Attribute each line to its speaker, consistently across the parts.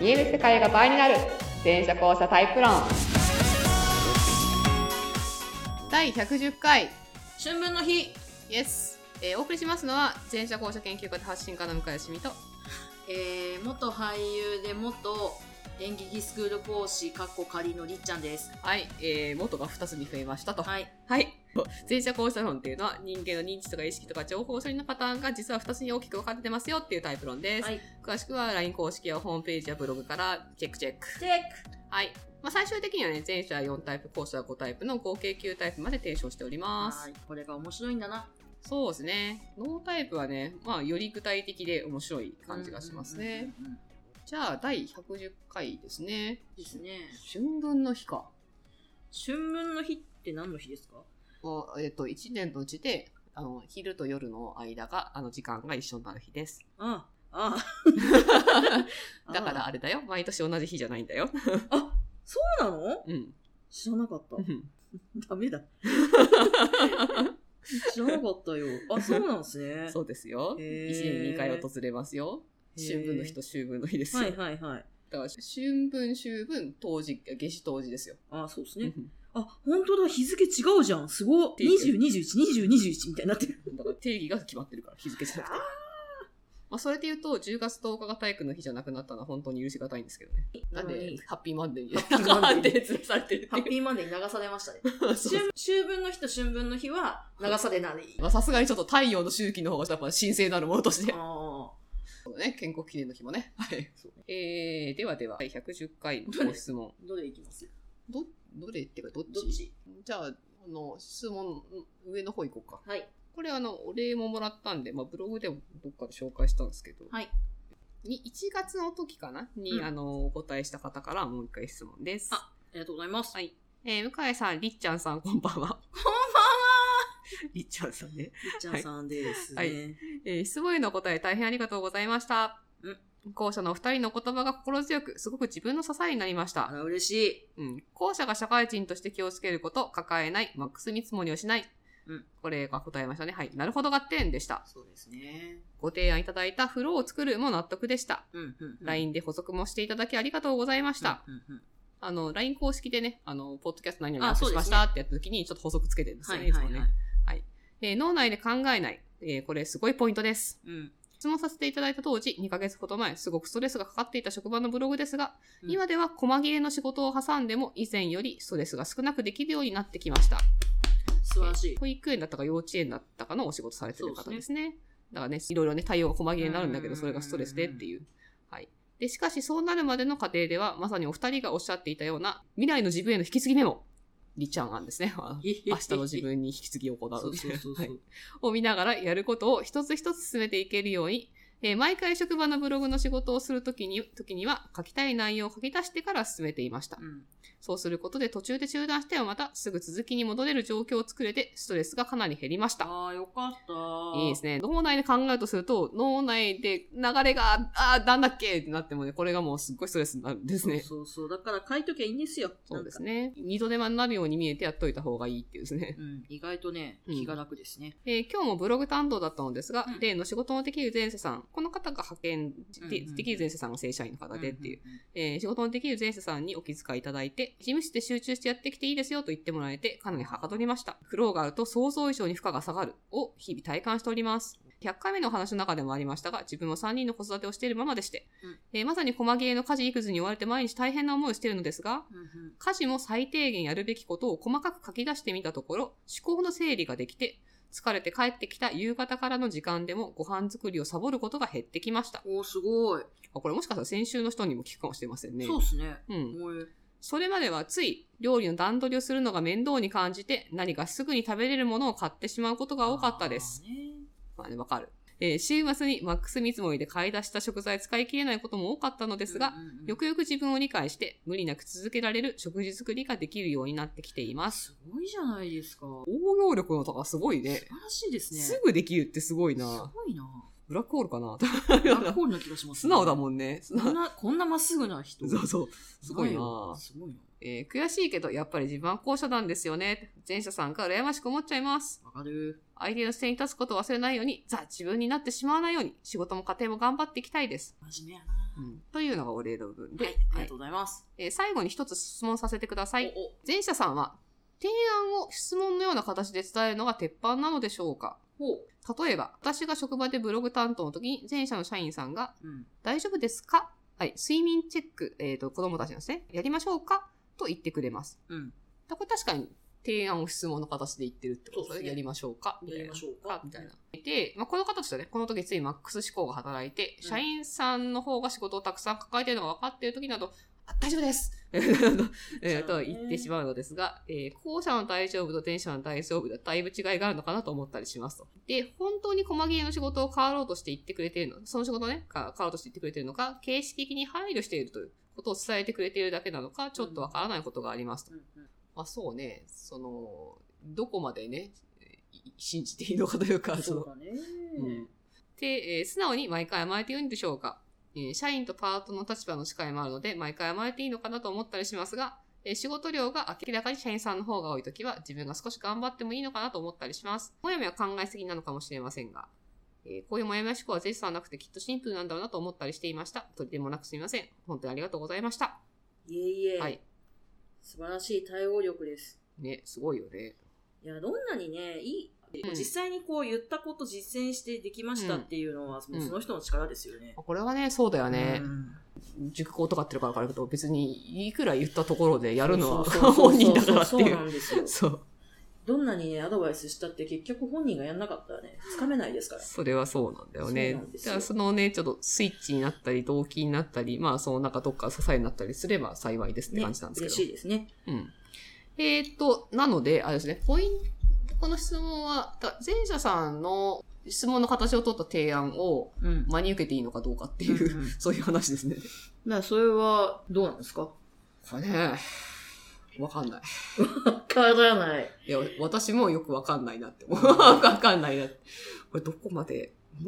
Speaker 1: 見える世界が倍になる全社交差タイプ論第110回
Speaker 2: 春分の日、
Speaker 1: イエス、えーお送りしますのは全社交差研究家で発信家の向井しみと
Speaker 2: えー、元俳優で元演劇スクール講師かっこ仮のりっちゃんです
Speaker 1: はい、えー、元が2つに増えましたと
Speaker 2: はい
Speaker 1: はい。前者後者論っていうのは人間の認知とか意識とか情報処理のパターンが実は2つに大きく分かれてますよっていうタイプ論です。
Speaker 2: はい
Speaker 1: 詳しくは LINE 公式やホームページやブログからチェックチェック。
Speaker 2: チェッ
Speaker 1: はい。まあ、最終的にはね、前者4タイプ、後者5タイプの合計9タイプまで提唱しており
Speaker 2: ク
Speaker 1: ます。
Speaker 2: いこれが面白いんだな
Speaker 1: そうですね。ノータイプはね、まあ、より具体的で面白い感じがしますね。
Speaker 2: うんうんうん
Speaker 1: じゃあ、第110回ですね。
Speaker 2: うんですね
Speaker 1: 春分の日か。
Speaker 2: 春分の日って何の日ですか
Speaker 1: をえっと、1年のうちで、あの、昼と夜の間が、あの、時間が一緒になる日です。
Speaker 2: あああ
Speaker 1: だからあれだよ。毎年同じ日じゃないんだよ。
Speaker 2: あそうなの
Speaker 1: うん。
Speaker 2: 知らな かったダメだ知らなかったよあそうなんですね
Speaker 1: そうですよ。
Speaker 2: へ
Speaker 1: 1
Speaker 2: ー
Speaker 1: 年2回訪れますよ。
Speaker 2: へー
Speaker 1: 春分の日と秋分の日ですよ。
Speaker 2: はいはいはい
Speaker 1: だから、春分、秋分、冬至、夏至、冬至ですよ。
Speaker 2: あそうです
Speaker 1: う
Speaker 2: ね
Speaker 1: ん
Speaker 2: あ、本当だ、日付違うじゃん。すごっ。
Speaker 1: いいじゃ
Speaker 2: 20、21、20、21みたいになってる。
Speaker 1: だから定義が決まってるから、日付じゃなくて。まあ、それで言うと、10月10日が体育の日じゃなくなったのは本当に許し難いんですけどね。
Speaker 2: な
Speaker 1: なん
Speaker 2: の
Speaker 1: で
Speaker 2: に、、
Speaker 1: ハッピーマンデ ーに、
Speaker 2: ハッピーマンデー
Speaker 1: に吊るされてるって
Speaker 2: ハッ
Speaker 1: いう。
Speaker 2: ピーマンデーに流されましたね。
Speaker 1: そうそう
Speaker 2: 秋秋分の日と春分の日は流されない。
Speaker 1: まあさすがにちょっと太陽の周期の方がやっぱ神聖なるものとして、
Speaker 2: あ
Speaker 1: そうね、建国記念の日もね。はい。
Speaker 2: そうね
Speaker 1: えー、ではでは、第110回のご質問。
Speaker 2: ーどれいきます
Speaker 1: ど、どれっていうか、どっち
Speaker 2: どっち
Speaker 1: じゃあ、あの、質問、上の方行こうか。
Speaker 2: はい。
Speaker 1: これ、あの、お礼ももらったんで、まあ、ブログでもどっかで紹介したんですけど、
Speaker 2: はい。
Speaker 1: に1月の時かなに、
Speaker 2: うん
Speaker 1: あの、お答えした方からもう一回質問です。
Speaker 2: あありがとうございます。はい。
Speaker 1: えー向井さん、りっちゃんさん、こんばんは。りっちゃんさんね。
Speaker 2: りっちゃんさんですね。
Speaker 1: はいえー質問へのお答え大変ありがとうございました
Speaker 2: うん。
Speaker 1: 後者のお二人のお言葉が心強く、すごく自分の支えになりました
Speaker 2: あ。ら、嬉しい。
Speaker 1: うん。後者が社会人として気をつけること、抱えない、マックス見積もりをしない。
Speaker 2: うん
Speaker 1: これが答えましたね。はい。なるほどが点でした。
Speaker 2: そうですね。
Speaker 1: ご提案いただいたフローを作るも納得でした。
Speaker 2: うん、うん。し
Speaker 1: LINE で補足もしていただきありがとうございました。。
Speaker 2: うんうん
Speaker 1: あの、LINE 公式でね、あの、ポッドキャスト何々ア
Speaker 2: あ
Speaker 1: ップしました
Speaker 2: そうですね
Speaker 1: ってやった時にちょっと補足つけてるんです
Speaker 2: は
Speaker 1: よね。
Speaker 2: い、
Speaker 1: いつ
Speaker 2: は
Speaker 1: も
Speaker 2: い、
Speaker 1: ね
Speaker 2: はい。
Speaker 1: えー脳内で考えない。えーこれすごいポイントです。
Speaker 2: うん。
Speaker 1: 質問させていただいた当時、2ヶ月ほど前、すごくストレスがかかっていた職場のブログですが、
Speaker 2: うん
Speaker 1: 今では細切れの仕事を挟んでも以前よりストレスが少なくできるようになってきました。
Speaker 2: 素晴らしい。
Speaker 1: 保育園だったか幼稚園だったかのお仕事されてる方
Speaker 2: そうで
Speaker 1: ですすね。だからね、いろいろね、対応が細切れになるんだけ
Speaker 2: うん
Speaker 1: ど、それがストレスでっていう。はい。で、しかしそうなるまでの過程では、まさにお二人がおっしゃっていたような、未来の自分への引き継ぎメモ。リチャン案ですね。あの 明日の自分に引き継ぎを行う。
Speaker 2: そうそうそう
Speaker 1: は
Speaker 2: そ。
Speaker 1: いう を見ながらやることを一つ一つ進めていけるように、えー毎回職場のブログの仕事をするときに、時には書きたい内容を書き出してから進めていました
Speaker 2: う。ん。
Speaker 1: そうすることで途中で中断してはまたすぐ続きに戻れる状況を作れて、ストレスがかなり減りました。
Speaker 2: ああ、よかった。
Speaker 1: いいですね。脳内で考えるとすると、脳内で流れが、あーなんだっけってなってもね、これがもうすっごいストレスになるんですね。
Speaker 2: そうそうそう。だから書いときゃいいんですよ。
Speaker 1: そうです
Speaker 2: ね。
Speaker 1: ね。二度手間になるように見えてやっといた方がいいっていうです ね。
Speaker 2: うん。意外とね、
Speaker 1: うん
Speaker 2: 気が楽ですね。
Speaker 1: えー今日もブログ担当だったのですが、
Speaker 2: うん
Speaker 1: 例の仕事のできる前世さん、この方が派遣で,、
Speaker 2: うんうん
Speaker 1: できる前世さんが正社員の方でっていう、
Speaker 2: んんん。
Speaker 1: えー仕事のできる前世さんにお気遣いいただいて、事務室で集中してやってきていいですよと言ってもらえて、かなりはかどりました。苦労があると想像以上に負荷が下がるを日々体感しております。100回目のお話の中でもありましたが、自分も3人の子育てをしているままでして、
Speaker 2: うん
Speaker 1: えーまさに細切れの家事育児に追われて毎日大変な思いをしているのですが、
Speaker 2: うんうん
Speaker 1: 家事も最低限やるべきことを細かく書き出してみたところ、思考の整理ができて、疲れて帰ってきた夕方からの時間でもご飯作りをサボることが減ってきました。
Speaker 2: おーすごい。
Speaker 1: あこれもしかしたら先週の人にも聞くかもしれませんね。
Speaker 2: そうですね。
Speaker 1: うん。
Speaker 2: おい
Speaker 1: それまではつい料理の段取りをするのが面倒に感じて、何かすぐに食べれるものを買ってしまうことが多かったです。。
Speaker 2: あーね
Speaker 1: まあね、わかる。えー週末にマックス見積もりで買い出した食材使い切れないことも多かったのですが、
Speaker 2: うんうんうん
Speaker 1: よくよく自分を理解して、無理なく続けられる食事作りができるようになってきています。
Speaker 2: すごいじゃないですか。素
Speaker 1: 応用力の高すごいね
Speaker 2: 晴。らしいですね。
Speaker 1: すぐできるってすごい
Speaker 2: す
Speaker 1: な。
Speaker 2: ごいな。
Speaker 1: ブラックホールか な
Speaker 2: ブラックホールな気がします、
Speaker 1: 素直だ
Speaker 2: ん。
Speaker 1: もん ね。素
Speaker 2: こん
Speaker 1: 直
Speaker 2: な、こんなまっすぐな人。
Speaker 1: そうそう。すごいな
Speaker 2: な。すごいな。
Speaker 1: えー悔しいけど、やっぱり自分は後者なんですよね。前者さんが羨ましく思っちゃいます。
Speaker 2: わかる。
Speaker 1: 相手の視線に立つことを忘れないように、ザ・自分になってしまわないように、仕事も家庭も頑張っていきたいです。
Speaker 2: 真面目やな。
Speaker 1: うんというのがお礼の部分で、
Speaker 2: はい、ありがとうございます。
Speaker 1: えー最後に一つ質問させてください。
Speaker 2: おお
Speaker 1: 前者さんは、提案を質問のような形で伝えるのが鉄板なのでしょうか
Speaker 2: ほ
Speaker 1: 例えば、私が職場でブログ担当の時に前者の社員さんが、
Speaker 2: う。うん。
Speaker 1: 大丈夫ですかはい、睡眠チェック、えっ、と、子供たちのですね、やりましょうかと言ってくれます。
Speaker 2: うん。
Speaker 1: だから確かに、提案を質問の形で言ってるってことで、
Speaker 2: そうですね
Speaker 1: やりましょうかみたいな。
Speaker 2: やりましょうか
Speaker 1: みたいな。で、まあ、この方としてはね、この時ついマックス思考が働いて、
Speaker 2: うん
Speaker 1: 社員さんの方が仕事をたくさん抱えてるのが分かっている時など、あ大丈夫です えーとえーと言ってしまうのですが、えー後者の大丈夫と前者の大丈夫ではだいぶ違いがあるのかなと思ったりしますと。で、本当に細切れの仕事を変わろうとして言ってくれているの、その仕事ね、か変わろうとして言ってくれているのか、形式的に配慮しているということを伝えてくれているだけなのか、ちょっとわからないことがありますと。
Speaker 2: うんうん
Speaker 1: まあそうね、その、どこまでね、い信じていいのかというか、そ
Speaker 2: そ
Speaker 1: の
Speaker 2: う、だね。
Speaker 1: うんで、えー素直に毎回甘えているんでしょうか、えー社員とパートの立場の違いもあるので、毎回甘えていいのかなと思ったりしますが、えー仕事量が明らかに社員さんの方が多いときは、自分が少し頑張ってもいいのかなと思ったりします。もやもや考えすぎなのかもしれませんが、えーこういうもやもや思考はジェスさんなくてきっとシンプルなんだろうなと思ったりしていました。とりでもなくすみません。本当にありがとうございました。
Speaker 2: いえいえ、
Speaker 1: はい。
Speaker 2: 素晴らしい対応力です。
Speaker 1: ね、すごいよね。
Speaker 2: いや、どんなにね、いい、
Speaker 1: うん
Speaker 2: 実際にこう言ったこと実践してできましたっていうのは、もうその人の力ですよね。
Speaker 1: これはね、そうだよね。
Speaker 2: うん
Speaker 1: 塾講とかってるから分かるけど、別にいくら言ったところでやるのは
Speaker 2: そうそうそう
Speaker 1: 本人だからって
Speaker 2: そう
Speaker 1: い
Speaker 2: な
Speaker 1: う。
Speaker 2: んですよ。
Speaker 1: そう。
Speaker 2: どんなにね、アドバイスしたって結局本人がやんなかったらね、つかめないですから。
Speaker 1: それはそうなんだよね
Speaker 2: そうなんで。す
Speaker 1: だ
Speaker 2: よ
Speaker 1: からそのね、ちょっとスイッチになったり、動機になったり、まあ、そのなんかどっか支えになったりすれば幸いですって
Speaker 2: ね
Speaker 1: 感じなんですけ
Speaker 2: 嬉
Speaker 1: ど。
Speaker 2: しいですね。
Speaker 1: うん。えーっと、なので、あれですね、ポイント、この質問は、だ前者さんの質問の形を取った提案を
Speaker 2: うん。
Speaker 1: 真に受けていいのかどうかって
Speaker 2: うんう
Speaker 1: いう、
Speaker 2: ん
Speaker 1: そういう話ですね。
Speaker 2: まあ、それは、どうなんですか
Speaker 1: これね、わかんない。
Speaker 2: わからない。
Speaker 1: いや、私もよくわかんないなって 思う。わかんないなって。これどこまで、 ん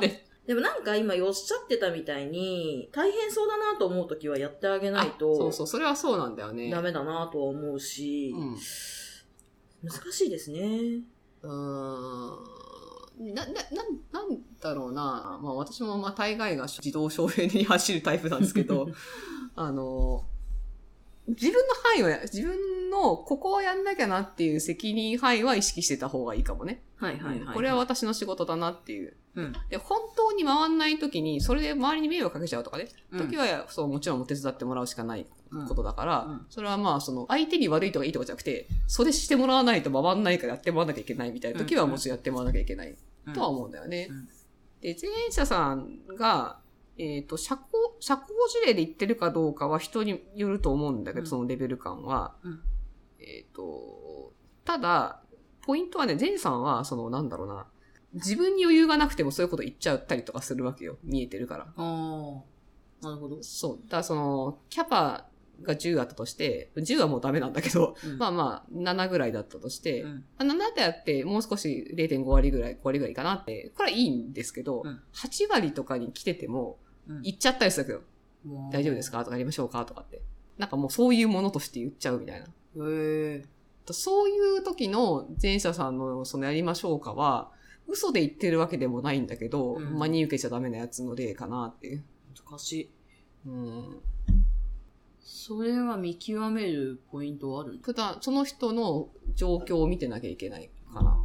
Speaker 1: ね
Speaker 2: でもなんか今おっしゃってたみたいに、大変そうだなと思うときはやってあげない
Speaker 1: あそ
Speaker 2: と
Speaker 1: う、そう、それはそうなんだよね。
Speaker 2: ダメだなとは思うし、
Speaker 1: うん
Speaker 2: 難しいですね。
Speaker 1: うーんな、な、なん、なんだろうな。まあ私もまあ大概が自動小平に走るタイプなんですけ ど、あの、自分の範囲をや、自分のここをやんなきゃなっていう責任範囲は意識してた方がいいかもね。
Speaker 2: はいはいはい。
Speaker 1: これは、私の仕事だなっていう。
Speaker 2: うん。
Speaker 1: で、本当に回んない時に、それで周りに迷惑かけちゃうとかね。時
Speaker 2: は、
Speaker 1: は、そう、もちろん手伝ってもらうしかない
Speaker 2: うん
Speaker 1: ことだから、
Speaker 2: うん
Speaker 1: それはまあ、その、相手に悪いとかいいとかじゃなくて、それしてもらわないと回んないからやってもらわなきゃいけないみたいな時は、
Speaker 2: うん
Speaker 1: もちろんやってもらわなきゃいけないとは思うんだよね。
Speaker 2: うん
Speaker 1: で、前者さんが、えっ、と、社交、社交事例で言ってるかどうかは人によると思うんだけど、
Speaker 2: うん
Speaker 1: そのレベル感は。
Speaker 2: うん
Speaker 1: えっ、と、ただ、ポイントはね、前者さんは、その、なんだろうな、自分に余裕がなくてもそういうこと言っちゃったりとかするわけよ。見えてるから。
Speaker 2: ああ、なるほど。
Speaker 1: そう。だからその、キャパが10あったとして、10はもうダメなんだけど、まあまあ、7ぐらいだったとして、
Speaker 2: うん
Speaker 1: あ7であって、もう少し0.5割ぐらい、5割ぐらいかなって、これはいいんですけど、
Speaker 2: うん
Speaker 1: 8割とかに来てても、
Speaker 2: うん
Speaker 1: 行っちゃったりするわけど、
Speaker 2: うん
Speaker 1: 大丈夫ですかとか、やりましょうかとかって。なんかもうそういうものとして言っちゃうみたいな。
Speaker 2: へえ。
Speaker 1: そういう時の前者さんのそのやりましょうかは、嘘で言ってるわけでもないんだけど、
Speaker 2: うん
Speaker 1: 真に受けちゃダメなやつの例かなっていう。
Speaker 2: 難しい。
Speaker 1: うん
Speaker 2: それは見極めるポイントはある
Speaker 1: 普段、その人の状況を見てなきゃいけないかな。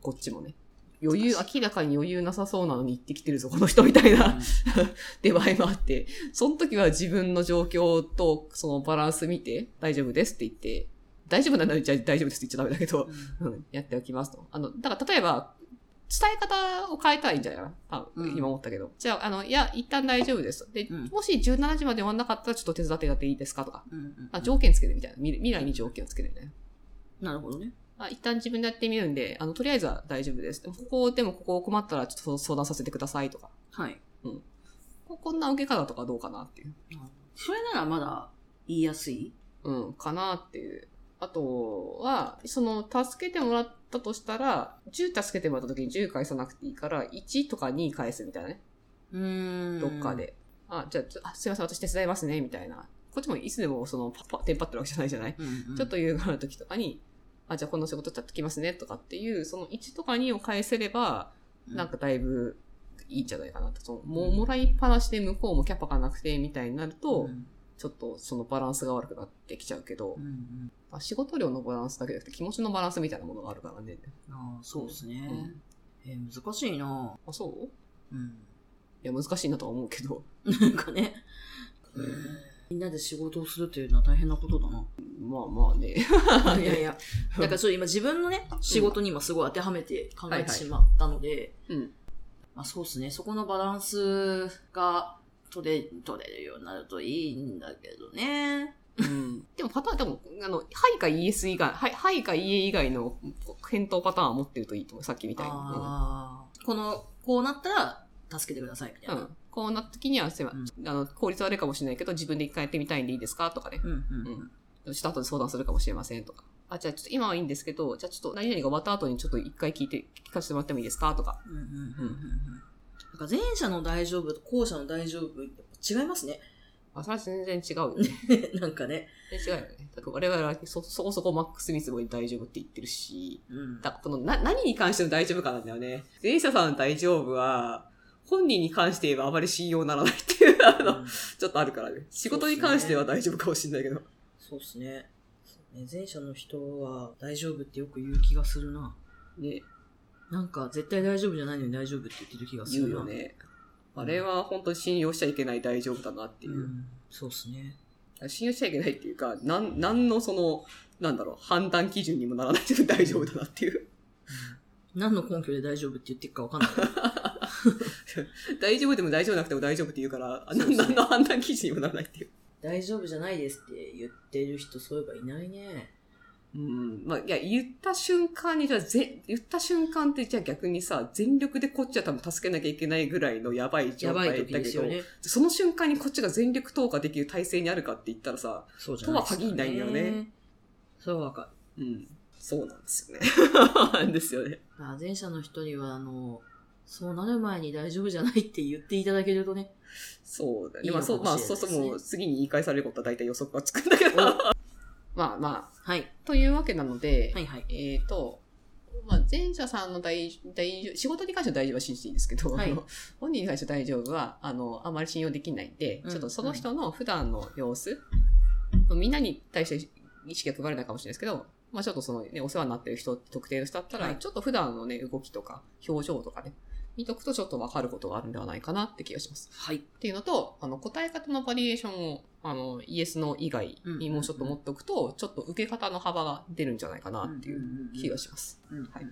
Speaker 1: こっちもね。余裕、明らかに余裕なさそうなのに行ってきてるぞ、この人みたいな 出前もあって、その時は自分の状況とそのバランス見て、大丈夫ですって言って、大丈夫ならじゃあ大丈夫ですって言っちゃダメだけど、 うん、やっておきますと。あの、だから例えば、伝え方を変えたらいいんじゃないかなあ、
Speaker 2: うん
Speaker 1: 今思ったけど。じゃあ、あの、いや、一旦大丈夫です。で、
Speaker 2: うん
Speaker 1: もし17時まで終わんなかったらちょっと手伝ってやっていいですかとか。あ、
Speaker 2: 上
Speaker 1: 条件つけてみたいな。未未来に条件をつけてみたいな。
Speaker 2: なるほどね。
Speaker 1: あ一旦自分でやってみるんで、あの、とりあえずは大丈夫です。でもここ、でもここ困ったらちょっと相談させてくださいとか。
Speaker 2: はい。
Speaker 1: ここんな受け方とかどうかなっていう。
Speaker 2: それならまだ言いやすい
Speaker 1: うん、かなっていう。あとは、その、助けてもらったとしたら、10助けてもらった時に10返さなくていいから、1とか2返すみたいなね。
Speaker 2: うん
Speaker 1: どっか。で。あ、じゃあちょあ、すいません、私手伝いますね、みたいな。こっちもいつでもその、パパ、テンパってるわけじゃないじゃない、ちょっと優雅な時とかに、あ、じゃあこの仕事ちょっときますね、とかっていう、その1とか2を返せれば、なんかだいぶいいんじゃないかなと。そのもうもらいっぱなしで向こうもキャパがなくてみたいになると、
Speaker 2: うん
Speaker 1: ちょっとそのバランスが悪くなってきちゃうけど、
Speaker 2: うんうん
Speaker 1: まあ、仕事量のバランスだけじゃなくて気持ちのバランスみたいなものがあるからね。
Speaker 2: ああそうですね、
Speaker 1: うん
Speaker 2: えー難しいな
Speaker 1: あ、そう
Speaker 2: うん
Speaker 1: いや、難しいなとは思うけど、
Speaker 2: なんかね、みんなで仕事をするというのは大変なことだな。
Speaker 1: まあまあね。
Speaker 2: いやいや、だからちょっと今自分のね、仕事に今すごい当てはめて考えてしまったので、
Speaker 1: うん。
Speaker 2: まあそうですね、そこのバランスが取れ、取れるようになるといいんだけどね。
Speaker 1: うん、 でもパターン、でも、あの、はいかイエス以外、はい、はいかいいえ以外の返答パターンは持ってるといいと思う。さっきみたいに。
Speaker 2: あーこの、こうなったら助けてくださいみた
Speaker 1: う
Speaker 2: い
Speaker 1: ん
Speaker 2: な。
Speaker 1: こうなった時には、せわ
Speaker 2: う
Speaker 1: あの、効率悪いかもしれないけど、自分で一回やってみたいんでいいですかとかね。
Speaker 2: うんうん
Speaker 1: うんちょっと後で相談するかもしれませんとか。あ、じゃあちょっと今はいいんですけど、じゃあちょっと何々が終わった後にちょっと一回聞いて、聞かせてもらってもいいですかとか。
Speaker 2: うんうんうんうんうんなんか前者の大丈夫と後者の大丈夫違いますね。
Speaker 1: あ、それは全然違うよね。
Speaker 2: なんかね。
Speaker 1: 全然違うよね。だから我々はそ、そこそこマックス見積もり大丈夫って言ってるし、
Speaker 2: うん
Speaker 1: だこのな何に関しての大丈夫かなんだよね。前者さんの大丈夫は、本人に関して言えばあまり信用ならないっていう、 あの、
Speaker 2: うん
Speaker 1: ちょっとあるからね。仕事に関しては大丈夫かもしれないけど。
Speaker 2: そうですね。そうね前者の人は大丈夫ってよく言う気がするな。
Speaker 1: ね、
Speaker 2: なんか絶対大丈夫じゃないのに大丈夫って言ってる気がす
Speaker 1: 言う
Speaker 2: る
Speaker 1: よ
Speaker 2: な。
Speaker 1: ね。あれは本当に信用しちゃいけない大丈夫だなって
Speaker 2: う
Speaker 1: いう。
Speaker 2: ん。そうですね。
Speaker 1: 信用しちゃいけないっていうか、なん、なんのその、なんだろう、判断基準にもならないけど大丈夫だなっていう。
Speaker 2: 何の根拠で大丈夫って言ってるかわかんない。
Speaker 1: 大丈夫でも大丈夫なくても大丈夫って言うから、あな
Speaker 2: そうですね
Speaker 1: 何の判断基準にもならないっていう。
Speaker 2: 大丈夫じゃないですって言ってる人そういえばいないね。
Speaker 1: うん。まあ、いや、言った瞬間に、じゃあぜ、言った瞬間って、じゃあ逆にさ、全力でこっちは多分助けなきゃいけないぐらいのやばい
Speaker 2: や
Speaker 1: 状
Speaker 2: ばい
Speaker 1: 態
Speaker 2: 時
Speaker 1: だ
Speaker 2: で
Speaker 1: け
Speaker 2: す
Speaker 1: ど、
Speaker 2: よね。
Speaker 1: その瞬間にこっちが全力投下できる体制にあるかって言ったらさ、
Speaker 2: そうじゃないですか、
Speaker 1: とは限らないんだよね。
Speaker 2: そうわかる。
Speaker 1: うん。そうなんですよね。なん ですよね。
Speaker 2: まあ、前者の人には、あの、そうなる前に大丈夫じゃないって言っていただけるとね。
Speaker 1: そうだ
Speaker 2: いい
Speaker 1: ね。
Speaker 2: の
Speaker 1: まあ、そう、
Speaker 2: か
Speaker 1: ま
Speaker 2: も
Speaker 1: あ、
Speaker 2: しれ
Speaker 1: そ
Speaker 2: な
Speaker 1: う
Speaker 2: いです
Speaker 1: そ
Speaker 2: ね
Speaker 1: も次に言い返されることは大体予測がつくんだけど。まあまあ、
Speaker 2: はい。
Speaker 1: というわけなので、
Speaker 2: はいはい。
Speaker 1: えっ、と、まあ、前者さんの大、大丈夫、仕事に関しては大丈夫は信じていいですけど、
Speaker 2: はい
Speaker 1: あの 本人に関しては大丈夫は、あの、あまり信用できないんで、
Speaker 2: うん
Speaker 1: ちょっとその人の普段の様子、みんなに対して意識が配れないかもしれないですけど、まあ、ちょっとそのね、お世話になってる人、特定の人だったら、
Speaker 2: はい
Speaker 1: ちょっと普段のね、動きとか、表情とかね、見とくとちょっとわかることがあるんではないかなって気がします。
Speaker 2: はい。
Speaker 1: っていうのと、あの、答え方のバリエーションを、あの、イエスの以外にもうちょっと持っておくと、ちょっと受け方の幅が出るんじゃないかなっていう気がします。
Speaker 2: うんうんうん
Speaker 1: はいっ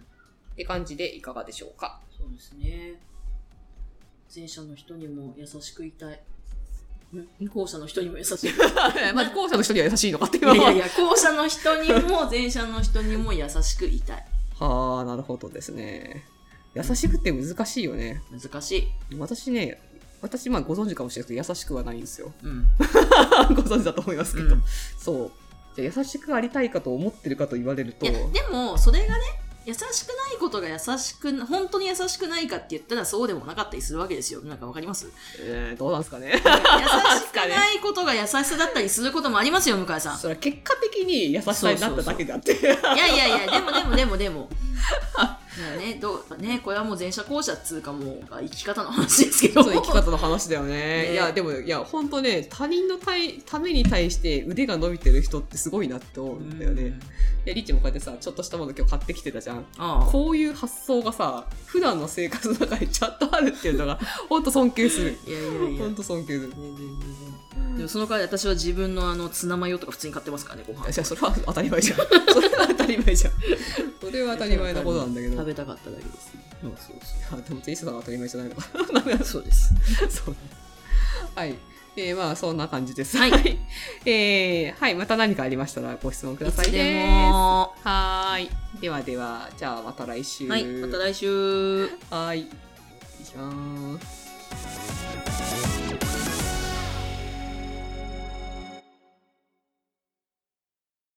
Speaker 1: て感じでいかがでしょうか。
Speaker 2: そうですね。前者の人にも優しくいたい。ん後者の人にも優しくいたい。
Speaker 1: まず後者の人には優しいのかっていう
Speaker 2: い
Speaker 1: の
Speaker 2: や
Speaker 1: は。
Speaker 2: いやいや、後者の人にも前者の人にも優しくいたい。
Speaker 1: はあ、なるほどですね。優しくって難しいよね。
Speaker 2: 難しい。
Speaker 1: 私ね、私まあご存知かもしれないですけど、優しくはないんですよ。
Speaker 2: うん。
Speaker 1: ご存知だと思いますけど。
Speaker 2: うん
Speaker 1: そう。じゃあ優しくありたいかと思ってるかと言われると
Speaker 2: いや、、でも、それがね、優しくないことが優しくな、本当に優しくないかって言ったらそうでもなかったりするわけですよ。なんかわかります優し
Speaker 1: えーどうなんですかね。
Speaker 2: くないことが優しさだったりすることもありますよ、向井さん。
Speaker 1: それは結果的に優しさになっただけであって。
Speaker 2: いやいやいや、でもでもでもでも。だからね、どうね、これはもう前者後者っつうかもう生き方の話ですけど。
Speaker 1: そう生き方の話だよね。
Speaker 2: ね
Speaker 1: いやでもいや本当ね他人のたいために対して腕が伸びてる人ってすごいなって思うんだよね。
Speaker 2: う
Speaker 1: い
Speaker 2: ん
Speaker 1: やリッチもこうやってさちょっとしたもの今日買ってきてたじゃん。
Speaker 2: ああ
Speaker 1: こういう発想がさ普段の生活の中にちゃんとあるっていうのが本当尊敬する。
Speaker 2: いやいやいや。
Speaker 1: 本当尊敬する。
Speaker 2: 全然全然でもその代わり私は自分のあのツナマヨとか普通に買ってますからねご
Speaker 1: い
Speaker 2: 飯
Speaker 1: やじゃあそれは当たり前じゃん。 それは当たり前じゃん。 それは当たり前のことなんだけど。
Speaker 2: 食べたかっただけですね
Speaker 1: そうそうそう。あでもテイストさんは当たり前じゃない のか。
Speaker 2: そうです
Speaker 1: そう。はい。えー、まあ、そんな感じです。
Speaker 2: はい。
Speaker 1: えー、はい。また何かありましたらご質問ください
Speaker 2: いつ
Speaker 1: で。
Speaker 2: です
Speaker 1: は
Speaker 2: も
Speaker 1: ーい。ではでは、じゃあまた来週。
Speaker 2: はいまた来週
Speaker 1: はい。失礼します。